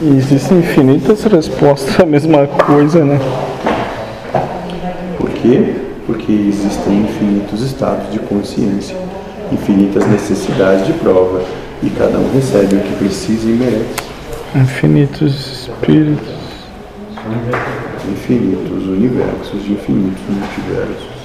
E existem infinitas respostas à mesma coisa, né? Por quê? Porque existem infinitos estados de consciência, infinitas necessidades de prova, e cada um recebe o que precisa e merece. Infinitos espíritos. Infinitos universos, infinitos multiversos.